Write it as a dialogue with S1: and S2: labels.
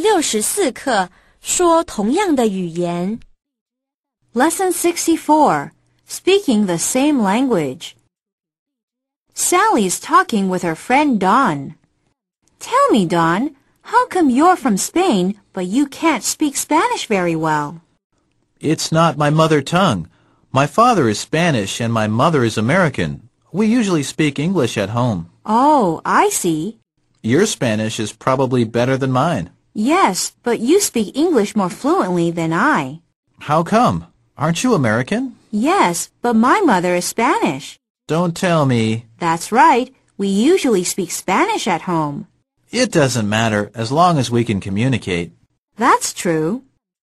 S1: 六十四课说同样的语言。
S2: Lesson 64 Speaking the Same Language. Sally's talking with her friend Don. Tell me, Don, how come you're from Spain but you can't speak Spanish very well?
S3: It's not my mother tongue. My father is Spanish and my mother is American. We usually speak English at home.
S2: Oh, I see.
S3: Your Spanish is probably better than mine.
S2: Yes, but you speak English more fluently than I.
S3: How come? Aren't you American?
S2: Yes, but my mother is Spanish.
S3: Don't tell me.
S2: That's right. We usually speak Spanish at home.
S3: It doesn't matter as long as we can communicate.
S2: That's true.